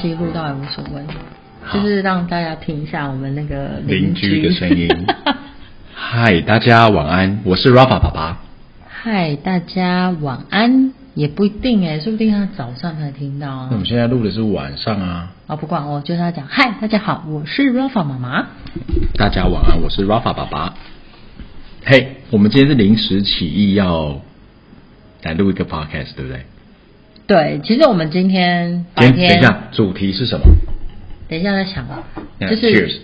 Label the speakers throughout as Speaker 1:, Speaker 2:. Speaker 1: 其实录到也无所谓，就是让大家听一下我们那个
Speaker 2: 邻
Speaker 1: 居
Speaker 2: 居的声 音。嗨，大家晚安，我是 Rafa 爸爸。
Speaker 1: 嗨，大家晚安，也不一定哎，说不定他早上才听到啊
Speaker 2: 那我。们现在录的是晚上啊。
Speaker 1: 哦，不管哦，就是他讲嗨，大家好，我是 Rafa 妈妈。
Speaker 2: 大家晚安，我是 Rafa 爸爸。嘿、我们今天是临时起意要来录一个 podcast，对不对？
Speaker 1: 对，其实我们今天白
Speaker 2: 今天
Speaker 1: 天
Speaker 2: 等一下，主题是什么？
Speaker 1: 等一下再想吧，
Speaker 2: Yeah,
Speaker 1: 就是
Speaker 2: cheers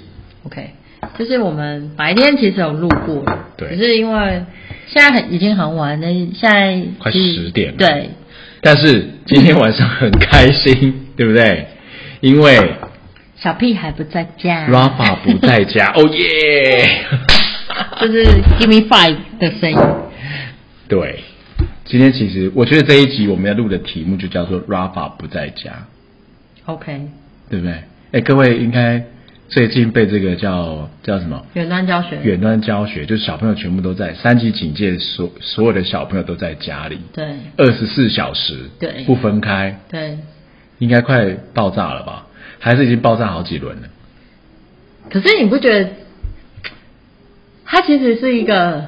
Speaker 1: OK，就是我们白天其实有路过了，
Speaker 2: 对
Speaker 1: 只是因为现在很已经很晚了，现在
Speaker 2: 快
Speaker 1: 其实
Speaker 2: 10点了
Speaker 1: 对，
Speaker 2: 但是今天晚上很开心， 对不对？因为
Speaker 1: 小屁孩不在家
Speaker 2: Rafa 不，在家， 哦耶！
Speaker 1: 就是 Give me five 的声音，
Speaker 2: 对，今天其实我觉得这一集我们要录的题目就叫做 Rafa 不在家，
Speaker 1: OK，
Speaker 2: 对不对？哎，各位应该最近被这个叫叫什么
Speaker 1: 远端教学，
Speaker 2: 远端教学，就是小朋友全部都在三级警戒，所所有的小朋友都在家里，
Speaker 1: 对
Speaker 2: 二十四小时，
Speaker 1: 对
Speaker 2: 不分开，
Speaker 1: 对，
Speaker 2: 应该快爆炸了吧？还是已经爆炸好几轮了？
Speaker 1: 可是你不觉得它其实是一个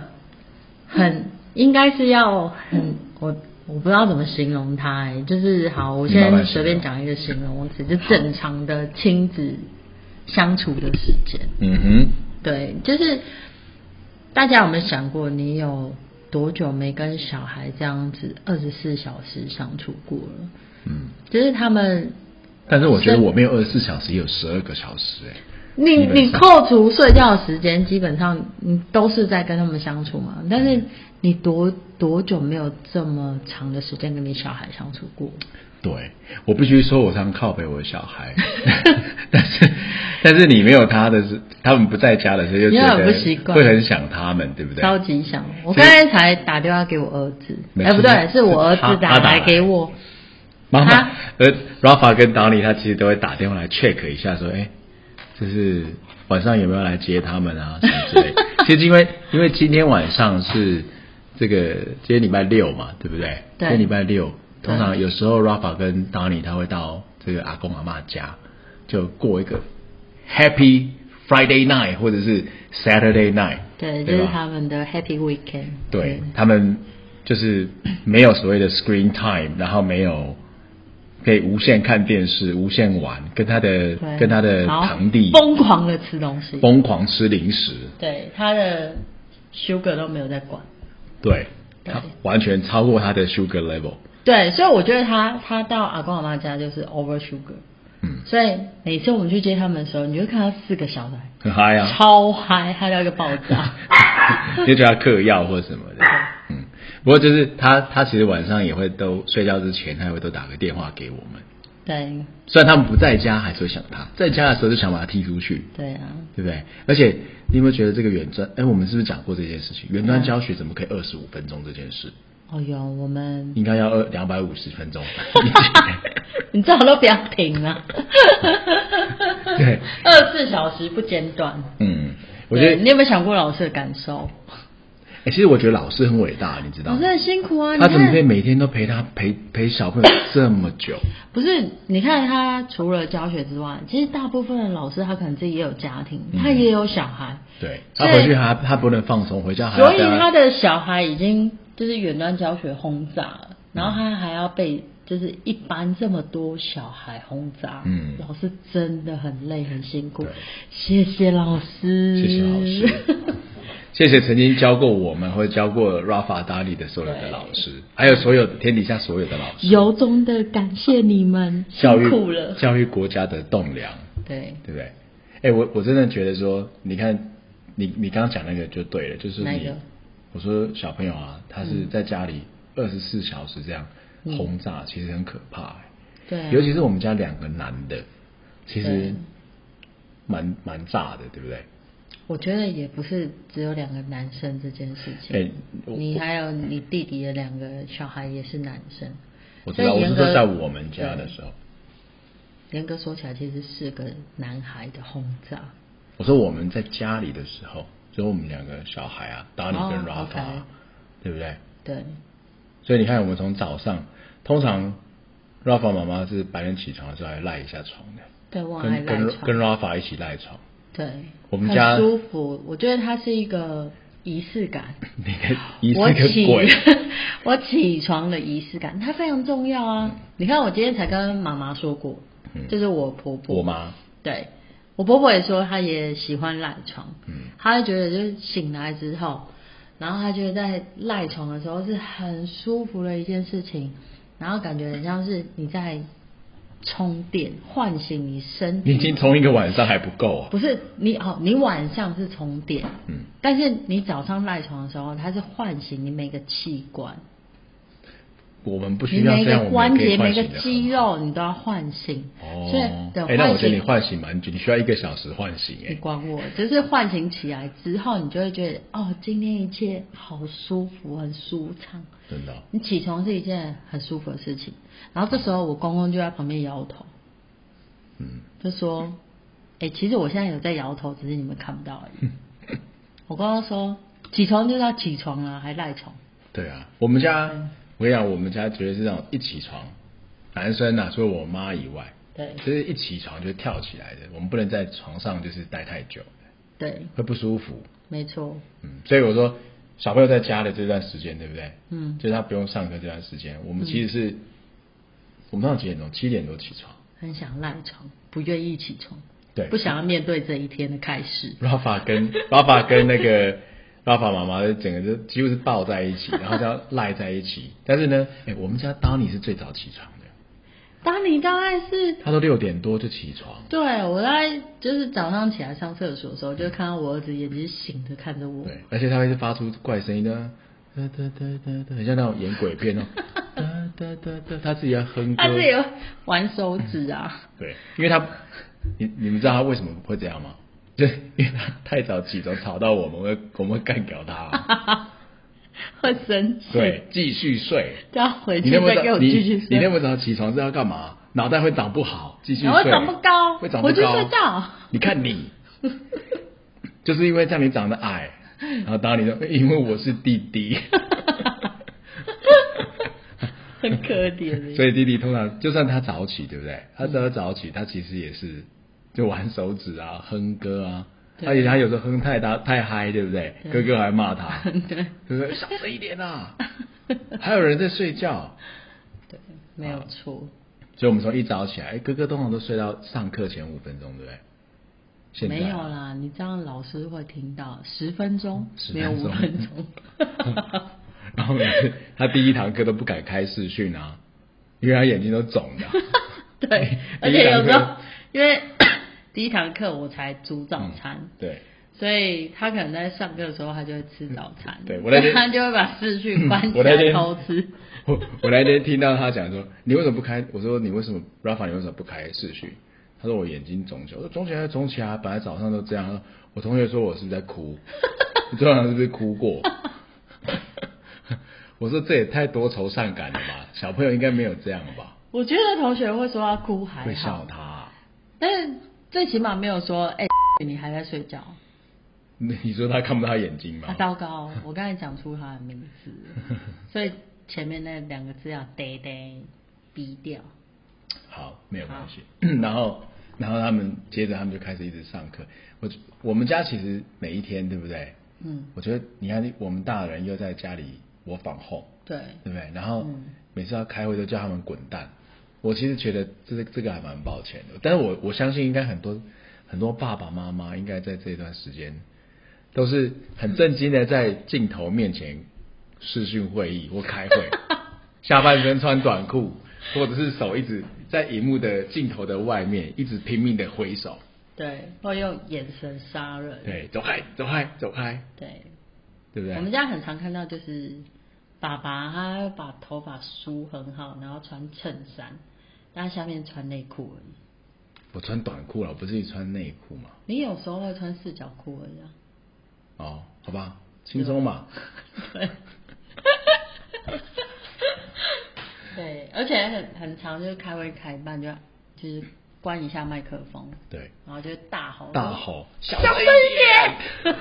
Speaker 1: 很应该是要很我我不知道怎么形容它、哎，就是好，我
Speaker 2: 你慢慢
Speaker 1: 先
Speaker 2: 形容
Speaker 1: 随便讲一个形容词，就正常的亲子相处的时间，
Speaker 2: 嗯哼，
Speaker 1: 对，就是大家有没有想过，你有多久没跟小孩这样子二十四小时相处过了？
Speaker 2: 嗯。
Speaker 1: 就是他们
Speaker 2: 但是我觉得
Speaker 1: 是
Speaker 2: 我没有二十四小时，也有十二个小时哎、
Speaker 1: 你
Speaker 2: 基本上
Speaker 1: 你扣除睡觉的时间，基本上你都是在跟他们相处嘛。但是你多多久没有这么长的时间跟你小孩相处过？
Speaker 2: 对，我必须说，我常靠北我的小孩， 但是但是你没有他的时，他们不在家的时候，就
Speaker 1: 你
Speaker 2: 觉
Speaker 1: 好
Speaker 2: 得
Speaker 1: 不习惯
Speaker 2: 会很想他们，对不对？
Speaker 1: 超级想！我
Speaker 2: 其
Speaker 1: 刚
Speaker 2: 实
Speaker 1: 才才打电话给我儿子，
Speaker 2: 没
Speaker 1: 哎，不对，
Speaker 2: 事
Speaker 1: 是我儿
Speaker 2: 是他
Speaker 1: 子
Speaker 2: 他
Speaker 1: 打
Speaker 2: 打
Speaker 1: 来
Speaker 2: 来
Speaker 1: 给我。
Speaker 2: 妈妈
Speaker 1: 他，
Speaker 2: 呃，Rafa 跟 d o n n y 他其实都会打电话来 check 一下，说，哎，就是晚上有没有来接他们啊，什么之类的。 其实因为因为今天晚上是这个今天礼拜六嘛，对不对？
Speaker 1: 对
Speaker 2: 今天礼拜六，
Speaker 1: 对
Speaker 2: 通常有时候 Rafa 跟 d o n n y 他会到这个阿公阿妈家，就过一个 Happy Friday night 或者是 Saturday night，
Speaker 1: 对，就
Speaker 2: 对
Speaker 1: 是
Speaker 2: 吧
Speaker 1: 他们的 Happy Weekend。
Speaker 2: 对
Speaker 1: 嗯
Speaker 2: 他们就是没有所谓的 screen time，然后没有可以无限看电视、无限玩，跟他的
Speaker 1: 对，
Speaker 2: 跟他的
Speaker 1: 然后
Speaker 2: 堂弟
Speaker 1: 疯狂的吃东西，
Speaker 2: 疯狂吃零食，
Speaker 1: 对他的 Sugar 都没有在管。
Speaker 2: 对，
Speaker 1: 对
Speaker 2: 他完全超过他的 sugar level。
Speaker 1: 对，所以我觉得他他到阿公阿妈家就是 over sugar，
Speaker 2: 嗯，
Speaker 1: 所以每次我们去接他们的时候，你就会看到四个小孩
Speaker 2: 很嗨 啊！
Speaker 1: 超嗨，嗨到一个爆炸。
Speaker 2: 就叫他嗑药或什么的。嗯，不过就是他，他其实晚上也会都睡觉之前，他也会都打个电话给我们。
Speaker 1: 对
Speaker 2: 虽然他们不在家，还是会想他；在家的时候就想把他踢出去。
Speaker 1: 对啊，
Speaker 2: 对不对？而且你有没有觉得这个远端？哎，我们是不是讲过这件
Speaker 1: 嗯
Speaker 2: 事情？远端教学怎么可以二十五分钟这件事？
Speaker 1: 哦哟，我们
Speaker 2: 应该要二两百五十分钟。
Speaker 1: 你最好都不要停啊，
Speaker 2: 对，
Speaker 1: 二十四小时不间断。
Speaker 2: 嗯，我觉
Speaker 1: 对
Speaker 2: 得，
Speaker 1: 你有没有想过老师的感受？
Speaker 2: 哎，其实我觉得老师很伟大，你知道
Speaker 1: 老
Speaker 2: 吗
Speaker 1: 师？很辛苦啊，你
Speaker 2: 他怎么可以
Speaker 1: 看，
Speaker 2: 每天都陪他陪陪小朋友这么久？
Speaker 1: 不是你看他除了教学之外，其实大部分的老师他可能自己也有家庭，
Speaker 2: 嗯
Speaker 1: 他也有小孩，
Speaker 2: 对，
Speaker 1: 所
Speaker 2: 他
Speaker 1: 以
Speaker 2: 回去还他不能放松，回家还要
Speaker 1: 所以
Speaker 2: 带
Speaker 1: 他的小孩已经就是远端教学轰炸了，然后
Speaker 2: 嗯
Speaker 1: 他还要被就是一般这么多小孩轰炸，
Speaker 2: 嗯
Speaker 1: 老师真的很累很辛苦
Speaker 2: 对，
Speaker 1: 谢谢老师，
Speaker 2: 谢谢老师
Speaker 1: 嗯
Speaker 2: 谢谢曾经教过我们或者教过 Rafa 达利的所有的老师，还有所有天底下所有的老师，
Speaker 1: 由衷的感谢你们，
Speaker 2: 教
Speaker 1: 辛苦
Speaker 2: 育
Speaker 1: 了，
Speaker 2: 教育国家的栋梁。
Speaker 1: 对，
Speaker 2: 对不对？哎，我我真的觉得说，你看，你你刚刚讲那个就对了，就是
Speaker 1: 哪一
Speaker 2: 你
Speaker 1: 个，嗯
Speaker 2: 我说小朋友啊，他是在家里二十四小时这样轰炸，其实很可怕、欸
Speaker 1: 对啊、
Speaker 2: 尤其是我们家两个男的，其实
Speaker 1: 对
Speaker 2: 蛮蛮炸的，对不对？
Speaker 1: 我觉得也不是只有两个男生这件事情，
Speaker 2: 哎我
Speaker 1: 你还有你弟弟的两个小孩也是男生，
Speaker 2: 我知道，我
Speaker 1: 所
Speaker 2: 是
Speaker 1: 以严格
Speaker 2: 说在我们家的时候，
Speaker 1: 严格说起来其实是个男孩的轰炸。
Speaker 2: 我说我们在家里的时候，所以我们两个小孩啊，达里跟
Speaker 1: 哦
Speaker 2: Rafa，、
Speaker 1: OK
Speaker 2: 对不对？
Speaker 1: 对，
Speaker 2: 所以你看，我们从早上，通常 Rafa 妈妈是白天起床的时候还赖一下床的，
Speaker 1: 对，我还
Speaker 2: 跟
Speaker 1: 赖
Speaker 2: 跟
Speaker 1: 床，
Speaker 2: 跟 Rafa 一起赖床，
Speaker 1: 对，
Speaker 2: 我们家
Speaker 1: 很舒服，我觉得它是一个仪式感。
Speaker 2: 那个仪
Speaker 1: 我
Speaker 2: 式个
Speaker 1: 起
Speaker 2: 鬼，
Speaker 1: 我起床的仪式感，它非常重要啊！你看，我今天才跟妈妈说过，
Speaker 2: 嗯
Speaker 1: 就是我婆婆，
Speaker 2: 我妈，
Speaker 1: 对我婆婆也说，她也喜欢赖床，
Speaker 2: 嗯，
Speaker 1: 她就觉得就是醒来之后，然后她觉得在赖床的时候是很舒服的一件事情，然后感觉很像是你在充电，唤醒你身体
Speaker 2: 你已经从一个晚上还不够啊，
Speaker 1: 不是你好，你晚上是充电，
Speaker 2: 嗯，
Speaker 1: 但是你早上赖床的时候，它是唤醒你每个器官，
Speaker 2: 我们不
Speaker 1: 你
Speaker 2: 需要
Speaker 1: 每
Speaker 2: 这样，
Speaker 1: 个
Speaker 2: 我
Speaker 1: 关
Speaker 2: 们也可
Speaker 1: 节、
Speaker 2: 以唤
Speaker 1: 每
Speaker 2: 醒
Speaker 1: 个
Speaker 2: 的
Speaker 1: 肌。肉，你都要唤醒。所
Speaker 2: 哦
Speaker 1: 以，的
Speaker 2: 哎，那我
Speaker 1: 唤
Speaker 2: 觉得你
Speaker 1: 醒，
Speaker 2: 唤醒蛮久，你需要一个小时唤醒，
Speaker 1: 你
Speaker 2: 哎，
Speaker 1: 管我，就是唤醒起来之后，你就会觉得哦，今天一切好舒服，很舒畅。
Speaker 2: 真的哦，
Speaker 1: 你起床是一件很舒服的事情，然后这时候我公公就在旁边摇头，
Speaker 2: 嗯，
Speaker 1: 就说：“哎、其实我现在有在摇头，只是你们看不到而 已。”我刚刚说起床就是要起床啊，还赖床。
Speaker 2: 对啊，我们家，
Speaker 1: 嗯
Speaker 2: 我跟你讲，我们家绝对是那种一起床，男生啊，除了我妈以外，
Speaker 1: 对
Speaker 2: 就是一起床就跳起来的，我们不能在床上就是待太久，
Speaker 1: 对，
Speaker 2: 会不舒服。
Speaker 1: 没错，
Speaker 2: 嗯，所以我说小朋友在家的这段时间，对不对？
Speaker 1: 嗯
Speaker 2: 就是他不用上课这段时间，我们其实是，我们上几点钟？七点多起床。
Speaker 1: 很想赖床，不愿意起床，
Speaker 2: 对
Speaker 1: 不想要面对这一天的开始。
Speaker 2: Rafa 跟 Rafa 跟那个 Rafa 妈妈，整个就几乎是抱在一起，然后这样赖在一起。但是呢，哎、我们家 Donny 是最早起床的，
Speaker 1: 当你大概是
Speaker 2: 他都六点多就起床。
Speaker 1: 对我在就是早上起来上厕所的时候，就看到我儿子眼睛醒着看着我，
Speaker 2: 对，而且他会是发出怪声音的，哒哒哒哒哒，很像那种演鬼片哦，哒哒哒哒，他自己要哼歌。
Speaker 1: 他是有玩手指啊，
Speaker 2: 对，因为他，你你们知道他为什么会这样吗？就是因为他太早起床吵到我们会，我们会干 掉他。
Speaker 1: 会生气，
Speaker 2: 对，继续睡。
Speaker 1: 就要回去
Speaker 2: 你那么
Speaker 1: 再给
Speaker 2: 早，
Speaker 1: 我
Speaker 2: 你
Speaker 1: 继续睡。
Speaker 2: 你那么早起床是要干嘛？脑袋会长不好，继续睡。
Speaker 1: 我会长不高
Speaker 2: 会长不
Speaker 1: 我
Speaker 2: 高。
Speaker 1: 去睡觉。
Speaker 2: 你看 你，就是因为这样你长得矮，然后当然你说，因为我是弟弟，
Speaker 1: 很可怜
Speaker 2: 所
Speaker 1: 耶。
Speaker 2: 以弟弟通常就算他早起，对不对？
Speaker 1: 嗯
Speaker 2: 他只要早起，他其实也是就玩手指啊、哼歌啊，
Speaker 1: 对
Speaker 2: 而且他有时候哼太大太嗨，对不对？
Speaker 1: 对
Speaker 2: 哥哥还骂他，
Speaker 1: 对
Speaker 2: 哥哥小声一点啊，还有人在睡觉。
Speaker 1: 对，没有错。
Speaker 2: 所以我们从一早起来，哎，哥哥通常都睡到上课前五分钟，对不对？现在啊
Speaker 1: 没有啦，你这样老师会听到十分钟，
Speaker 2: 10
Speaker 1: 没有五分钟。
Speaker 2: 然后每次他第一堂课都不敢开视讯啊，因为他眼睛都肿 的。
Speaker 1: 对，
Speaker 2: 第
Speaker 1: 而
Speaker 2: 一
Speaker 1: 且
Speaker 2: 堂
Speaker 1: 有
Speaker 2: 课
Speaker 1: 时候因为 第一堂课我才煮早餐，
Speaker 2: 对，
Speaker 1: 所以他可能在上课的时候他就会吃早餐。
Speaker 2: 对我那
Speaker 1: 所
Speaker 2: 天
Speaker 1: 以 他就会把视讯关起
Speaker 2: 我那
Speaker 1: 来
Speaker 2: 天
Speaker 1: 偷 吃。
Speaker 2: 我我那天听到他讲说，你为什么不开？我说你为什么，Rafa，你为什么不开视讯？他说我眼睛肿起来，我说肿起来就肿起来，本来早上都这样。他说我同学说我是不 是在哭？你昨晚上是不是哭过？我说这也太多愁善感了吧，小朋友应该没有这样吧？
Speaker 1: 我觉得同学会说他哭还
Speaker 2: 会笑
Speaker 1: 好，
Speaker 2: 他、
Speaker 1: 但是最起码没有说哎、你还在睡觉，
Speaker 2: 你你说他看不到他眼睛
Speaker 1: 啊
Speaker 2: 吗？
Speaker 1: 糟糕！我刚才讲出他的名 字，所以前面那两个字要“呆呆”逼掉。
Speaker 2: 好，没有关系。 然后，然后他们接着他们就开始一直上课。我我们家其实每一天，对不对？
Speaker 1: 嗯，
Speaker 2: 我觉得你看，我们大人又在家里我防控，
Speaker 1: 对，
Speaker 2: 对不对？然后
Speaker 1: 嗯
Speaker 2: 每次要开会都叫他们滚蛋。我其实觉得这个这个还蛮抱歉的，但是我我相信应该很多很多爸爸妈妈应该在这段时间都是很震惊的在镜头面前视讯会议或开会，下半身穿短裤，或者是手一直在荧幕的镜头的外面一直拼命的挥手，
Speaker 1: 对，会用眼神杀人。
Speaker 2: 对，走开走开走开，
Speaker 1: 对，啊
Speaker 2: 对不对？
Speaker 1: 我们家很常看到，就是爸爸他会把头发梳很好，然后穿衬衫，但他下面穿内裤而已。
Speaker 2: 我穿短裤了，我不是穿内裤嘛？
Speaker 1: 你有时候会穿四角裤而已、啊。
Speaker 2: 哦，好吧，轻松 嘛。
Speaker 1: 对，对，而且很很长，就是开会开一半就就是关一下麦克风，
Speaker 2: 对，
Speaker 1: 然后就大吼
Speaker 2: 大吼，小
Speaker 1: 声一点，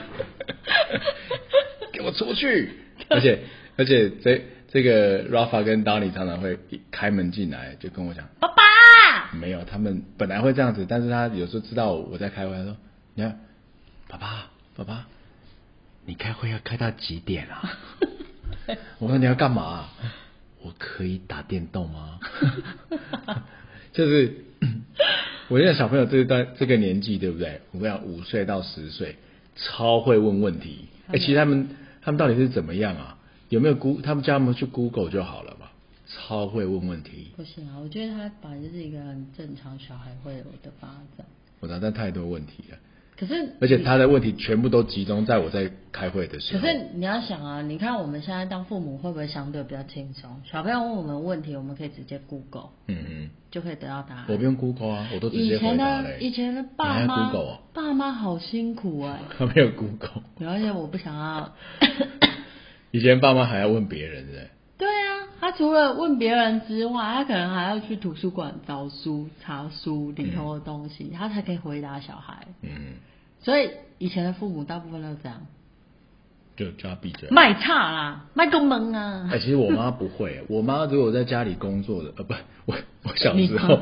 Speaker 2: 给我出去！而且而且这这个 Rafa 跟 Donny 常常会一开门进来就跟我讲，
Speaker 1: 爸爸，
Speaker 2: 没有，他们本来会这样子，但是他有时候知道我在开会，他说：“你看，爸爸，爸爸，你开会要开到几点啊？”我说：“你要干嘛、我可以打电动吗？” 就是我觉得小朋友这段这个年纪，对不对？我跟你讲，五岁到十岁，超会问问题。哎、其实他们他们到底是怎么样啊？有没有 Go？他们叫他们去 Google 就好了嘛，超会问问题。
Speaker 1: 不行啊，我觉得他本来就是一个很正常小孩会有的发展。
Speaker 2: 我拿到太多问题了，
Speaker 1: 可是，
Speaker 2: 而且他的问题全部都集中在我在开会的时
Speaker 1: 可
Speaker 2: 候。
Speaker 1: 是你要想啊，你看我们现在当父母会不会相对比较轻松？小朋友问我们问题，我们可以直接 Google
Speaker 2: 嗯
Speaker 1: 就可以得到答案
Speaker 2: 嗯，。我不用 Google 啊，我都直接
Speaker 1: 以
Speaker 2: 回
Speaker 1: 前
Speaker 2: 答
Speaker 1: 的
Speaker 2: 嘞。
Speaker 1: 以前的
Speaker 2: 你还
Speaker 1: 爸
Speaker 2: 要
Speaker 1: 妈
Speaker 2: Google 哦，
Speaker 1: 爸妈好辛苦哎、
Speaker 2: 他没有 Google。
Speaker 1: 而且我不想要。
Speaker 2: 以前爸妈还要问别人的，
Speaker 1: 对啊，他除了问别人之外，他可能还要去图书馆找书、查书里头的东西，他才可以回答小孩。
Speaker 2: 嗯，
Speaker 1: 所以以前的父母大部分都这样，
Speaker 2: 就叫他闭嘴。
Speaker 1: 卖差啦，卖个萌啊。
Speaker 2: 哎、其实我妈不 会，我妈如果在家里工作的，呃，不，我 我小时候
Speaker 1: 你，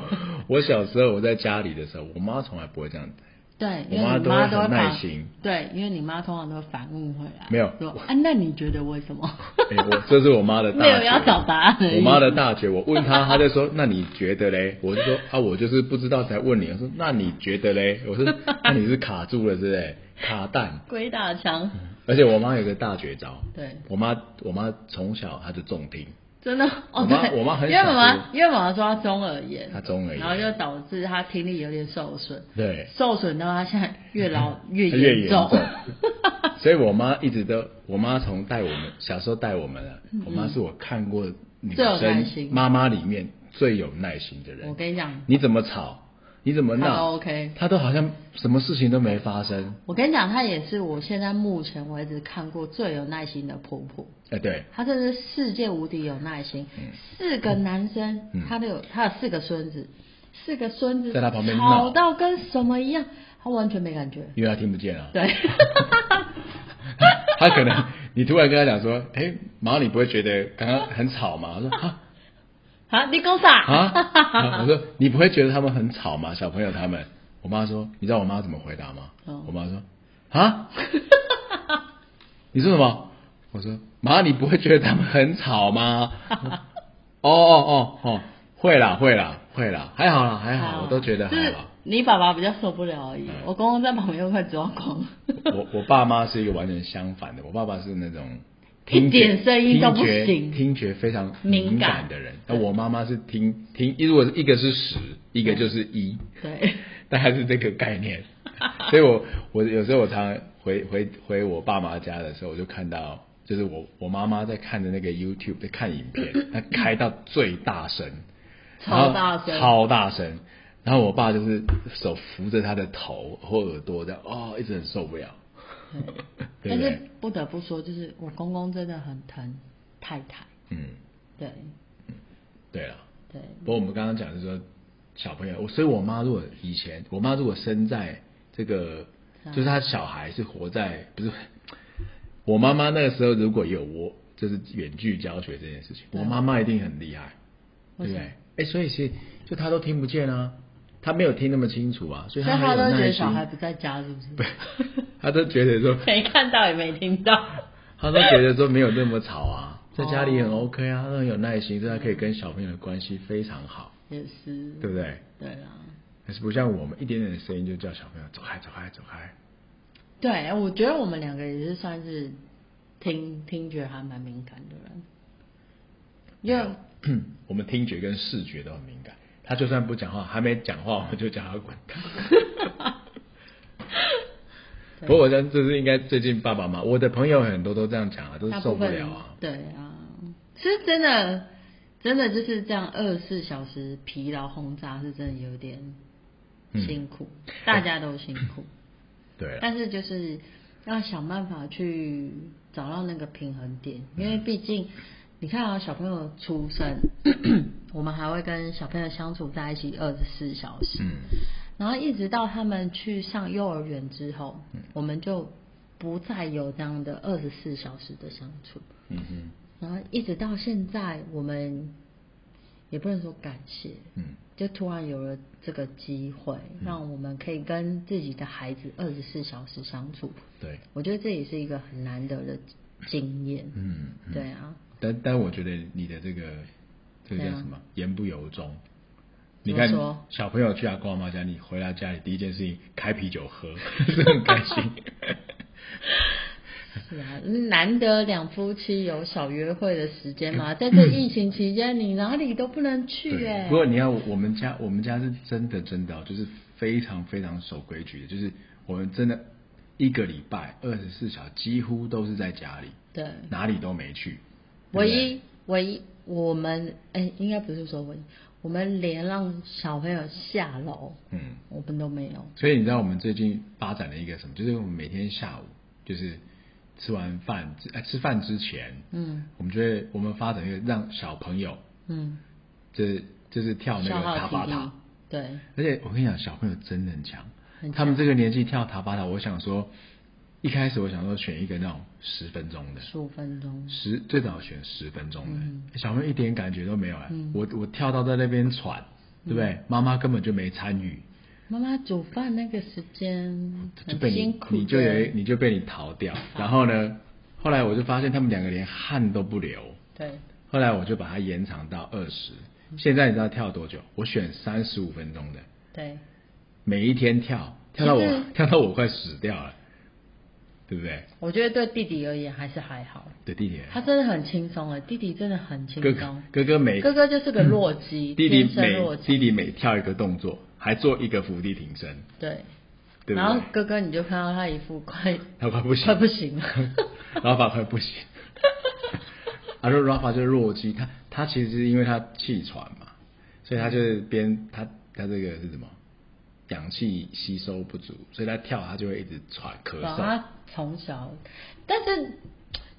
Speaker 2: 我小时候我在家里的时候，我妈从来不会这样子。
Speaker 1: 对，
Speaker 2: 我
Speaker 1: 因为
Speaker 2: 妈
Speaker 1: 你
Speaker 2: 都
Speaker 1: 妈
Speaker 2: 很
Speaker 1: 都会
Speaker 2: 耐
Speaker 1: 把
Speaker 2: 心。
Speaker 1: 对，因为你妈通常都会反问回来。
Speaker 2: 没有
Speaker 1: 说
Speaker 2: 我
Speaker 1: 啊，那你觉得为什么？
Speaker 2: 哎、我这是我妈的大
Speaker 1: 没
Speaker 2: 绝。
Speaker 1: 有要找答案的意思。
Speaker 2: 我妈的大绝，我问她，她就说：“那你觉得嘞？”我就说：“啊，我就是不知道才问你。”我说：“那你觉得嘞？”我说：“那你是卡住了，是不是？卡蛋
Speaker 1: 鬼打墙，”
Speaker 2: 而且我妈有个大绝招，
Speaker 1: 对，
Speaker 2: 我妈我妈从小她就重听，
Speaker 1: 真的
Speaker 2: 我
Speaker 1: 哦，
Speaker 2: 妈
Speaker 1: 对，
Speaker 2: 我妈很
Speaker 1: 因为妈
Speaker 2: 小
Speaker 1: 妈
Speaker 2: 就
Speaker 1: 因为妈妈说她中耳炎，
Speaker 2: 她中耳炎
Speaker 1: 然后就导致她听力有点受损，
Speaker 2: 对，
Speaker 1: 受损到她现在越 老越
Speaker 2: 越
Speaker 1: 严
Speaker 2: 严
Speaker 1: 重
Speaker 2: 重。所以我妈一直都，我妈从带我们小时候带我们啊，我妈是我看过女
Speaker 1: 嗯最有耐
Speaker 2: 生
Speaker 1: 心
Speaker 2: 妈妈里面最有耐心的人。
Speaker 1: 我跟你讲，
Speaker 2: 你怎么吵，你怎么
Speaker 1: 她都
Speaker 2: 闹
Speaker 1: OK
Speaker 2: 她都好像什么事情都没发生。
Speaker 1: 我跟你讲，她也是我现在目前为止看过最有耐心的婆婆。
Speaker 2: 哎、对，
Speaker 1: 她真的是世界无敌有耐心，四个男生
Speaker 2: 嗯，
Speaker 1: 她都有，她有四个孙子，四个孙子
Speaker 2: 在她旁边闹
Speaker 1: 吵到跟什么一样，她完全没感觉。
Speaker 2: 因为她听不见啊。
Speaker 1: 对，
Speaker 2: 她 可能你突然跟她讲说，哎、妈，你不会觉得刚刚很吵吗？我说啊
Speaker 1: 啊，你讲啥？
Speaker 2: 啊，啊我说你不会觉得他们很吵吗？小朋友他们，我妈说，你知道我妈怎么回答吗？
Speaker 1: 嗯
Speaker 2: 我妈说 啊，你说什么？我说妈，你不会觉得他们很吵吗？ 哦哦哦哦，会啦会啦会啦，还好啦还好，我都觉得
Speaker 1: 就
Speaker 2: 还
Speaker 1: 是
Speaker 2: 好。嗯
Speaker 1: 你爸爸比较受不了而已，我公公在旁边快抓狂了。
Speaker 2: 我我爸妈是一个完全相反的，我爸爸是那种
Speaker 1: 一
Speaker 2: 听觉
Speaker 1: 点声音都不
Speaker 2: 听觉
Speaker 1: 行
Speaker 2: 听觉非常
Speaker 1: 敏
Speaker 2: 敏
Speaker 1: 感
Speaker 2: 感的人。那我妈妈是听听，如果是一个是十，一个就是
Speaker 1: 嗯
Speaker 2: 一，
Speaker 1: 对，
Speaker 2: 大概是这个概念。 所以我我有时候我常回回回我爸妈家的时候，我就看到就是我我妈妈在看着那个 YouTube 在看影片，她开到最大声，
Speaker 1: 超大声
Speaker 2: 然后超大声。然后我爸就是手扶着她的头或耳朵这样，哦，一直很受不了，对
Speaker 1: 但
Speaker 2: 不对
Speaker 1: 是？不得不说，就是我公公真的很疼太太。
Speaker 2: 嗯，
Speaker 1: 对
Speaker 2: 对了。
Speaker 1: 对，
Speaker 2: 不过我们刚刚讲的是说小朋友，我所以我妈如果以前，我妈如果生在这个，
Speaker 1: 是啊
Speaker 2: 就是她小孩是活在不是，我妈妈那个时候如果有我，就是远距教学这件事情，
Speaker 1: 对啊
Speaker 2: 我妈妈一定很厉害，
Speaker 1: 为
Speaker 2: 对
Speaker 1: 什么
Speaker 2: 不对？哎，所以其实就她都听不见啊，她没有听那么清楚啊，
Speaker 1: 所
Speaker 2: 所以
Speaker 1: 以
Speaker 2: 她很
Speaker 1: 他都
Speaker 2: 有
Speaker 1: 觉
Speaker 2: 耐
Speaker 1: 得
Speaker 2: 心
Speaker 1: 小，孩不在家，是不是？
Speaker 2: 她都觉得说，
Speaker 1: 没看到也没听到。
Speaker 2: 她都觉得说没有那么吵啊，在家里
Speaker 1: 哦
Speaker 2: 很 OK 啊，她都很有耐心，所以她可以跟小朋友的关系非常好，
Speaker 1: 也是，
Speaker 2: 对不对？
Speaker 1: 对啊啦。
Speaker 2: 但是不像我们一点点的声音就叫小朋友走开走开走开。
Speaker 1: 对，我觉得我们两个也是算是听听觉还蛮敏感的人，因为
Speaker 2: 我们听觉跟视觉都很敏感，他就算不讲话，还没讲话我们就叫他滚蛋。 不过我觉得这是应该最近爸爸妈妈，我的朋友很多都这样讲啊，都
Speaker 1: 大
Speaker 2: 是
Speaker 1: 部
Speaker 2: 受不
Speaker 1: 分
Speaker 2: 了啊。
Speaker 1: 对啊，其实真的真的就是这样，二十四小时疲劳轰炸是真的有点
Speaker 2: 嗯
Speaker 1: 辛苦，大家都辛苦，
Speaker 2: 对啊，
Speaker 1: 但是就是要想办法去找到那个平衡点，
Speaker 2: 嗯
Speaker 1: 因为毕竟你看啊，小朋友出 生，我们还会跟小朋友相处在一起二十四小时，
Speaker 2: 嗯，
Speaker 1: 然后一直到他们去上幼儿园之后，
Speaker 2: 嗯
Speaker 1: 我们就不再有这样的二十四小时的相处。
Speaker 2: 嗯哼，
Speaker 1: 然后一直到现在，我们也不能说感谢，
Speaker 2: 嗯，
Speaker 1: 就突然有了这个机会，
Speaker 2: 嗯
Speaker 1: 让我们可以跟自己的孩子二十四小时相处。
Speaker 2: 对，
Speaker 1: 我觉得这也是一个很难得的经验。
Speaker 2: 嗯，嗯
Speaker 1: 对啊，
Speaker 2: 但但我觉得你的这个这个叫
Speaker 1: 对啊
Speaker 2: 什么、言不由衷。
Speaker 1: 怎
Speaker 2: 你
Speaker 1: 么
Speaker 2: 看
Speaker 1: 说
Speaker 2: 小朋友去阿公阿妈家，你回到家里第一件事情开啤酒喝， 是很开心。 嗯
Speaker 1: 是啊，难得两夫妻有小约会的时间嘛，在这疫情期间，你哪里都不能去哎、
Speaker 2: 嗯对，不过你看我们家，我们家是真的真的哦、就是非常非常守规矩的，就是我们真的一个礼拜二十四小时几乎都是在家里，
Speaker 1: 对
Speaker 2: 哪里都没去。对不
Speaker 1: 唯
Speaker 2: 对
Speaker 1: 一唯一我们哎、应该不是说唯一，我们连让小朋友下楼，
Speaker 2: 嗯，
Speaker 1: 我们都没有。
Speaker 2: 所以你知道我们最近发展了一个什么？就是我们每天下午就是吃完饭，吃呃吃饭之前，
Speaker 1: 嗯
Speaker 2: 我们就会我们发展一个让小朋友
Speaker 1: 嗯，
Speaker 2: 就是就是跳那
Speaker 1: 消
Speaker 2: 个
Speaker 1: 耗
Speaker 2: 塔巴
Speaker 1: 体力
Speaker 2: 塔，，
Speaker 1: 对，
Speaker 2: 而且我跟你讲，小朋友真的很强
Speaker 1: 很，强
Speaker 2: 他们这个年纪跳塔巴塔，我想说，一开始我想说选一个那种十分钟的，
Speaker 1: 十五分钟，
Speaker 2: 十最早选十分钟的，
Speaker 1: 嗯
Speaker 2: 小朋友一点感觉都没有哎、
Speaker 1: 嗯
Speaker 2: 我我跳到在那边喘，对不对？妈妈根本就没参与，
Speaker 1: 妈妈煮饭那个时间
Speaker 2: 就
Speaker 1: 很
Speaker 2: 被
Speaker 1: 辛
Speaker 2: 你
Speaker 1: 苦的，
Speaker 2: 你就有你就被你逃掉，然后呢，后来我就发现他们两个连汗都不流，
Speaker 1: 对，
Speaker 2: 后来我就把它延长到二十，现在你知道跳多久？我选三十五分钟的，
Speaker 1: 对，
Speaker 2: 每一天跳，跳到
Speaker 1: 其
Speaker 2: 我
Speaker 1: 实
Speaker 2: 跳到我快死掉了，对不对？
Speaker 1: 我觉得对弟弟而言还是还好，
Speaker 2: 对弟弟，
Speaker 1: 他真的很轻松哎，弟弟真的很轻
Speaker 2: 哥哥
Speaker 1: 松，
Speaker 2: 哥哥每
Speaker 1: 哥哥就是个弱鸡，
Speaker 2: 弟弟
Speaker 1: 天生弱
Speaker 2: 每
Speaker 1: 鸡，
Speaker 2: 弟弟每跳一个动作，还做一个伏地挺身，
Speaker 1: 对，
Speaker 2: 对不
Speaker 1: 然后
Speaker 2: 对？
Speaker 1: 哥哥你就看到他一副快
Speaker 2: 他快不行，
Speaker 1: 快不行了，
Speaker 2: 然后法快不行。他说 Rafa 就是弱鸡，他他其实是因为他气喘嘛，所以他就是边他他这个是什么？氧气吸收不足，所以他跳他就会一直喘咳
Speaker 1: 然后
Speaker 2: 嗽。
Speaker 1: 他从小，但是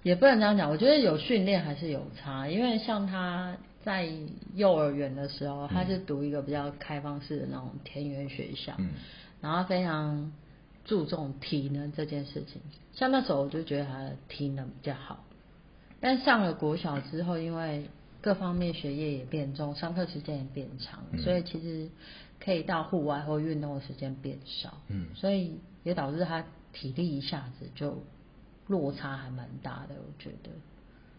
Speaker 1: 也不能这样讲，我觉得有训练还是有差，因为像他在幼儿园的时候，他是读一个比较开放式的那种田园学校，
Speaker 2: 嗯
Speaker 1: 然后非常注重体能这件事情。像那时候我就觉得他的体能比较好，但上了国小之后，因为各方面学业也变重，上课时间也变长，
Speaker 2: 嗯
Speaker 1: 所以其实可以到户外或运动的时间变少，
Speaker 2: 嗯
Speaker 1: 所以也导致他体力一下子就落差还蛮大的，我觉得。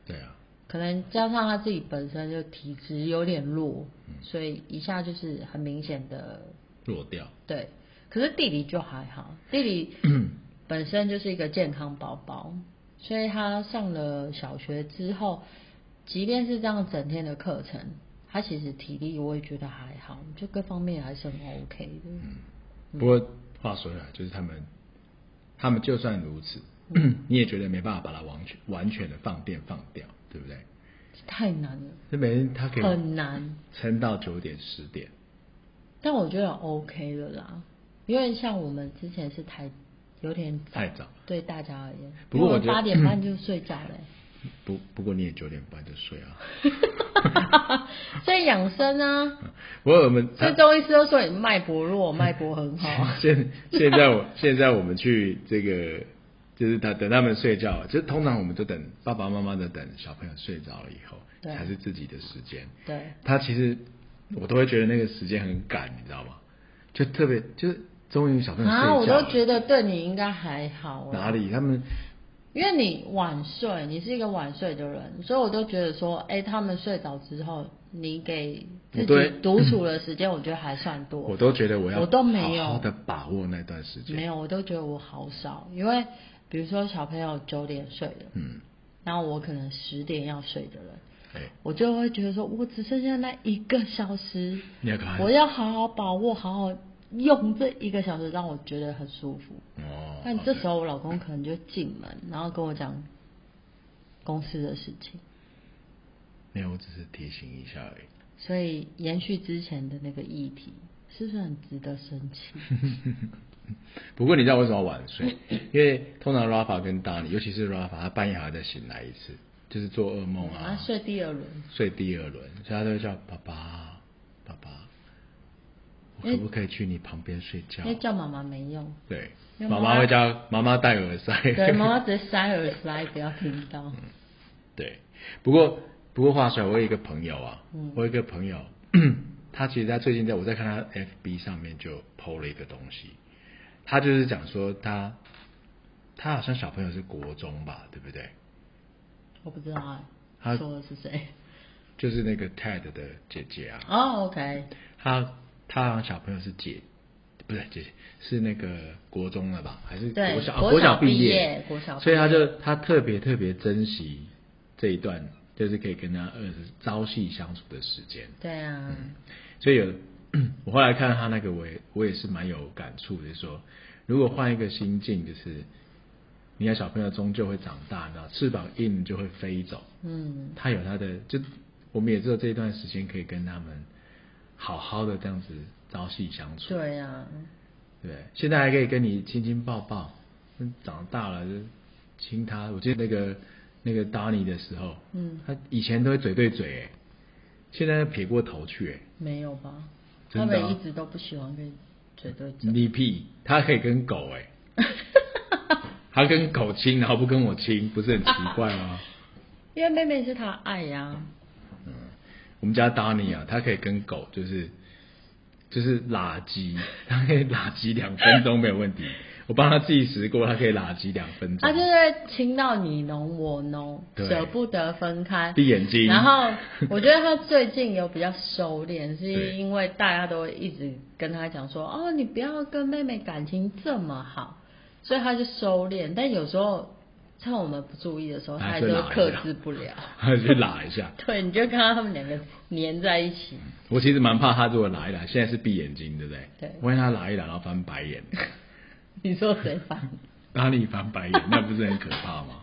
Speaker 2: 对啊，
Speaker 1: 可能加上他自己本身就体质有点弱，
Speaker 2: 嗯
Speaker 1: 所以一下就是很明显的
Speaker 2: 弱掉。
Speaker 1: 对，可是弟弟就还好，弟 弟本身就是一个健康宝宝，所以他上了小学之后，即便是这样整天的课程，他其实体力我也觉得还好，就各方面还是很 OK 的。
Speaker 2: 嗯
Speaker 1: 嗯
Speaker 2: 不过话说回来，就是他们，他们就算如此，
Speaker 1: 嗯
Speaker 2: 你也觉得没办法把它完全完全的放电放掉，对不对？
Speaker 1: 太难了，
Speaker 2: 就每天他可以
Speaker 1: 很难，
Speaker 2: 撑到九点十点，
Speaker 1: 但我觉得 OK 的啦，因为像我们之前是太有点早
Speaker 2: 太早。
Speaker 1: 对大家而言，
Speaker 2: 不过
Speaker 1: 因为
Speaker 2: 我觉得
Speaker 1: 八点半就睡觉 了欸、
Speaker 2: 不不过你也九点半就睡啊。
Speaker 1: 所以养生啊，
Speaker 2: 不过我们
Speaker 1: 所以中医师都说你脉搏弱，脉搏很 好。
Speaker 2: 现现在我现在我们去这个，就是他等他们睡觉，就是通常我们都等爸爸妈妈的等小朋友睡着了以后，
Speaker 1: 对
Speaker 2: 才是自己的时间。
Speaker 1: 对，
Speaker 2: 他其实我都会觉得那个时间很赶，你知道吗？就特别就是终于小嗯朋友睡觉
Speaker 1: 啊，
Speaker 2: 了，
Speaker 1: 我都觉得对你应该还好
Speaker 2: 哪
Speaker 1: 啊，
Speaker 2: 里他们
Speaker 1: 因为你晚睡，你是一个晚睡的人，所以我都觉得说，哎、他们睡着之后，你给自
Speaker 2: 我对
Speaker 1: 己独处的时间，我觉得还算多。
Speaker 2: 我都觉得我要
Speaker 1: 我都没有
Speaker 2: 好好的把握那段时间。
Speaker 1: 没有，我都觉得我好少，因为比如说小朋友九点睡的，
Speaker 2: 嗯，
Speaker 1: 然后我可能十点要睡的人，
Speaker 2: 对，
Speaker 1: 我就会觉得说，我只剩下那一个小时，
Speaker 2: 你要看
Speaker 1: 我要好好把握，好好用这一个小时，让我觉得很舒服。
Speaker 2: 哦，
Speaker 1: 但这时
Speaker 2: 候
Speaker 1: 候我老公可能就进门，然后跟我讲公司的事情，
Speaker 2: 没有，我只是提醒一下而已。
Speaker 1: 所以延续之前的那个议题，是不是很值得生气？
Speaker 2: 不过你知道为什么晚睡？因为通常 Rafa 跟 d a n 尤其是 Rafa，他半夜还要再醒来一次，就是做噩 梦
Speaker 1: 啊
Speaker 2: 啊，，
Speaker 1: 睡第二轮，
Speaker 2: 睡第二轮，所以他都会叫爸爸，爸爸，我可不可以去你旁边睡觉
Speaker 1: 因？为叫妈妈没 用，
Speaker 2: 对，
Speaker 1: 因为
Speaker 2: 妈
Speaker 1: 妈妈
Speaker 2: 妈会叫妈妈戴耳塞。嗯
Speaker 1: 对，妈妈直接塞耳塞，不要听到。
Speaker 2: 对，不过不过话说，我有一个朋友啊，
Speaker 1: 嗯
Speaker 2: 我有一个朋友， 他其实他最近在我在看他 FB 上面就 PO 了一个东西，他就是讲说他他好像小朋友是国中吧，对不对？
Speaker 1: 我不知道
Speaker 2: 他
Speaker 1: 哎，说的是谁？
Speaker 2: 就是那个 TED 的姐姐啊，
Speaker 1: 哦，OK，
Speaker 2: 他他好像小朋友是姐，不是姐，是那个国中了吧？还是
Speaker 1: 对
Speaker 2: 国小？啊
Speaker 1: 国
Speaker 2: 国
Speaker 1: 小
Speaker 2: 毕
Speaker 1: 毕业国小毕业
Speaker 2: 所以他就他特别特别珍惜这一段，就是可以跟他儿子朝夕相处的时间。
Speaker 1: 对啊，
Speaker 2: 所以有 我后来看他那个，我也我也是蛮有感触的，就是说如果换一个心境，就是你的小朋友终究会长大，你知道翅膀硬就会飞走。
Speaker 1: 嗯，
Speaker 2: 他有他的，就我们也只有这一段时间可以跟他们好好的这样子朝夕相处。
Speaker 1: 对啊，
Speaker 2: 对，现在还可以跟你亲亲抱抱，嗯长大了就亲他。我记得那个那个 d a n n 的时候，
Speaker 1: 嗯
Speaker 2: 他以前都会嘴对嘴，哎，现在撇过头去，哎，
Speaker 1: 没有吧？他
Speaker 2: 真的啊
Speaker 1: 们一直都不喜欢跟嘴对嘴，
Speaker 2: 你屁，他可以跟狗， 哎，他跟狗亲，然后不跟我亲，不是很奇怪 吗？
Speaker 1: 因为妹妹是他爱呀、
Speaker 2: 嗯，我们家 d a n n 啊，他可以跟狗就是就是拉鸡，他可以拉鸡两分钟没有问题。我帮他计时过，他可以拉鸡两分钟。
Speaker 1: 他啊就是会亲到你侬我侬，
Speaker 2: 嗯对
Speaker 1: 舍不得分开。
Speaker 2: 闭眼睛
Speaker 1: 然后我觉得他最近有比较收敛，是
Speaker 2: 对
Speaker 1: 因为大家都会一直跟他讲说，哦，你不要跟妹妹感情这么好，所以他就收敛。但有时候趁我们不注意的时候，他还是
Speaker 2: 是
Speaker 1: 会
Speaker 2: 拉一
Speaker 1: 克
Speaker 2: 下
Speaker 1: 制不了。
Speaker 2: 还是拉一下。
Speaker 1: 对，你就看到他们两个黏在一起。
Speaker 2: 我其实蛮怕他如果拉一拉，现在是闭眼睛，对不对？
Speaker 1: 对
Speaker 2: 我让他拉一拉，然后翻 白眼，
Speaker 1: 你说谁烦？
Speaker 2: 哪里翻白眼，那不是很可怕吗？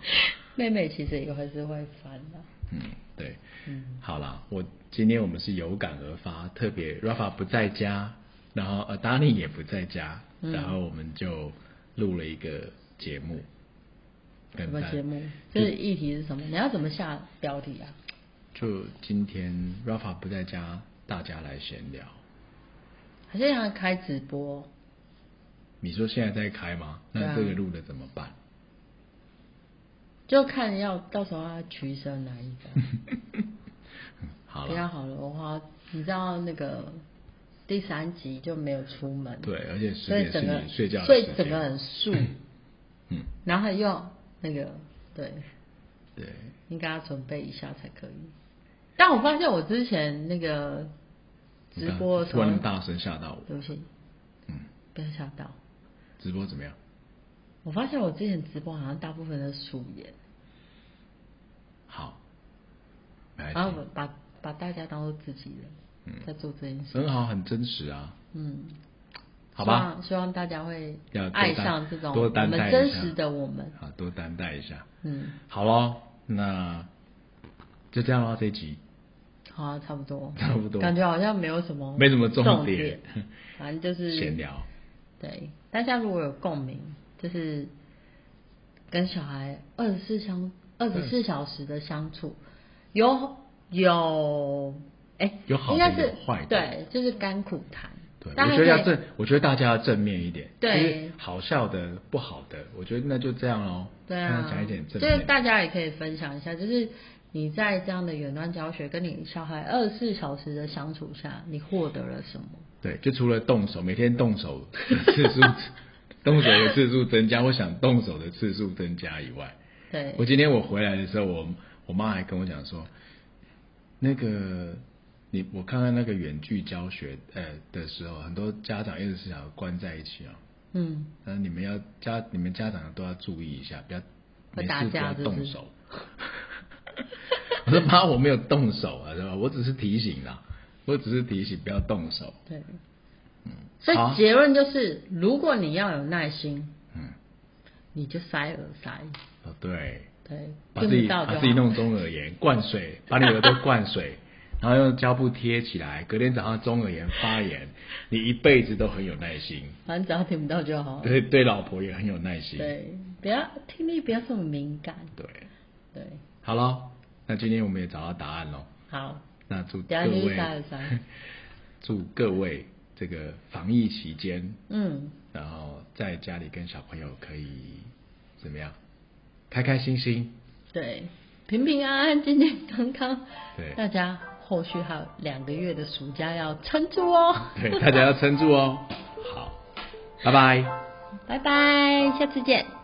Speaker 1: 妹妹其实也还是会烦的、
Speaker 2: 嗯，对，
Speaker 1: 嗯
Speaker 2: 好啦，我今天我们是有感而发，特别 Rafa 不在家，然后呃 d a n n 也不在家，
Speaker 1: 嗯
Speaker 2: 然后我们就录了一个节目，
Speaker 1: 什
Speaker 2: 跟
Speaker 1: 么
Speaker 2: 大家
Speaker 1: 节目？这议题是什么？你要怎么下标题啊？
Speaker 2: 就今天 Rafa 不在家，大家来闲聊。
Speaker 1: 还是让他开直播？
Speaker 2: 你说现在在开吗？
Speaker 1: 对啊
Speaker 2: 那这个录了怎么 办？
Speaker 1: 就看要到时候要取舍哪一个
Speaker 2: 好
Speaker 1: 比较
Speaker 2: 了，
Speaker 1: 好了。我好，你知道那个第三集就没有出门，
Speaker 2: 对，，而且十
Speaker 1: 所以
Speaker 2: 点是
Speaker 1: 整个
Speaker 2: 你睡觉
Speaker 1: 所
Speaker 2: 的
Speaker 1: 以
Speaker 2: 时
Speaker 1: 整个
Speaker 2: 间，
Speaker 1: 很 素，
Speaker 2: 嗯，
Speaker 1: 然后又那个对，
Speaker 2: 对，
Speaker 1: 应该要准备一下才可以。但我发现我之前那个直播的时
Speaker 2: 突
Speaker 1: 候，
Speaker 2: 然大声吓到我，
Speaker 1: 对不起，
Speaker 2: 嗯，
Speaker 1: 不要吓到。
Speaker 2: 直播怎么样？
Speaker 1: 我发现我之前直播好像大部分都是素颜，
Speaker 2: 好，没
Speaker 1: 然
Speaker 2: 关
Speaker 1: 后
Speaker 2: 系
Speaker 1: 啊我把把大家当做自己人、
Speaker 2: 嗯
Speaker 1: 在做这件事。
Speaker 2: 很好，很真实啊，
Speaker 1: 嗯，
Speaker 2: 好吧，
Speaker 1: 希望，希望大家会
Speaker 2: 要多担
Speaker 1: 爱上这种
Speaker 2: 多
Speaker 1: 我
Speaker 2: 担待
Speaker 1: 们
Speaker 2: 一
Speaker 1: 真
Speaker 2: 下
Speaker 1: 实的我们。
Speaker 2: 好，多担待一下，
Speaker 1: 嗯，
Speaker 2: 好咯，那就这样咯，这一集
Speaker 1: 好啊、差不多，
Speaker 2: 差不多
Speaker 1: 感觉好像没有什么，
Speaker 2: 没什么重
Speaker 1: 重
Speaker 2: 点
Speaker 1: 点，反正就是
Speaker 2: 闲。聊，
Speaker 1: 对，大家如果有共鸣，就是跟小孩二十四相二十四小时的相处，
Speaker 2: 嗯
Speaker 1: 有有哎、
Speaker 2: 有好的
Speaker 1: 应该是
Speaker 2: 有坏的
Speaker 1: 对，就是甘苦谈。
Speaker 2: 对，
Speaker 1: 大
Speaker 2: 我
Speaker 1: 家
Speaker 2: 觉得要
Speaker 1: 可以
Speaker 2: 正，我觉得大家要正面一点，
Speaker 1: 对
Speaker 2: 就是好笑的、不好的，我觉得那就这样咯，
Speaker 1: 对
Speaker 2: 跟
Speaker 1: 啊
Speaker 2: 他，讲一点正
Speaker 1: 就是
Speaker 2: 面，
Speaker 1: 大家也可以分享一下，就是你在这样的远端教学，跟你小孩二十四小时的相处下，你获得了什么？
Speaker 2: 对，就除了动手，每天动手的次数， 动手的次数增加，我想动手的次数增加以外，
Speaker 1: 对
Speaker 2: 我，今天我回来的时候，我我妈还跟我讲说，那个你我看看那个远距教学呃的时候，很多家长一直是想要关在一起哦，
Speaker 1: 嗯，
Speaker 2: 那你们要家你们家长都要注意一下，不要
Speaker 1: 会
Speaker 2: 没
Speaker 1: 打
Speaker 2: 事不
Speaker 1: 架
Speaker 2: 要
Speaker 1: 是不是
Speaker 2: 动手。 我说妈，我没有动手啊，是吧？我只是提醒啦，我只是提醒不要动手。
Speaker 1: 对。
Speaker 2: 嗯，
Speaker 1: 所
Speaker 2: 好
Speaker 1: 以结论就是，如果你要有耐心，
Speaker 2: 嗯，
Speaker 1: 你就塞耳塞，
Speaker 2: 哦对，
Speaker 1: 对，
Speaker 2: 把
Speaker 1: 听
Speaker 2: 自己
Speaker 1: 不到就
Speaker 2: 把
Speaker 1: 好
Speaker 2: 自己弄中耳炎，灌水，把你耳朵灌水，然后用胶布贴起来，隔天早上中耳炎发炎，你一辈子都很有耐心，
Speaker 1: 反正只要听不到就好。
Speaker 2: 对对，老婆也很有耐心，
Speaker 1: 对，不要听力不要这么敏感。
Speaker 2: 对，
Speaker 1: 对，
Speaker 2: 好咯，那今天我们也找到答案咯，
Speaker 1: 好，
Speaker 2: 那祝
Speaker 1: 等一下
Speaker 2: 各
Speaker 1: 就
Speaker 2: 位
Speaker 1: 去塞耳塞。
Speaker 2: 祝各位这个防疫期间，
Speaker 1: 嗯，
Speaker 2: 然后在家里跟小朋友可以怎么样，开开心心，
Speaker 1: 对，平平安安、健健康康。
Speaker 2: 对
Speaker 1: 大家后续还有两个月的暑假要撑住哦。
Speaker 2: 对，大家要撑住哦。好，拜拜。
Speaker 1: 拜拜，下次见。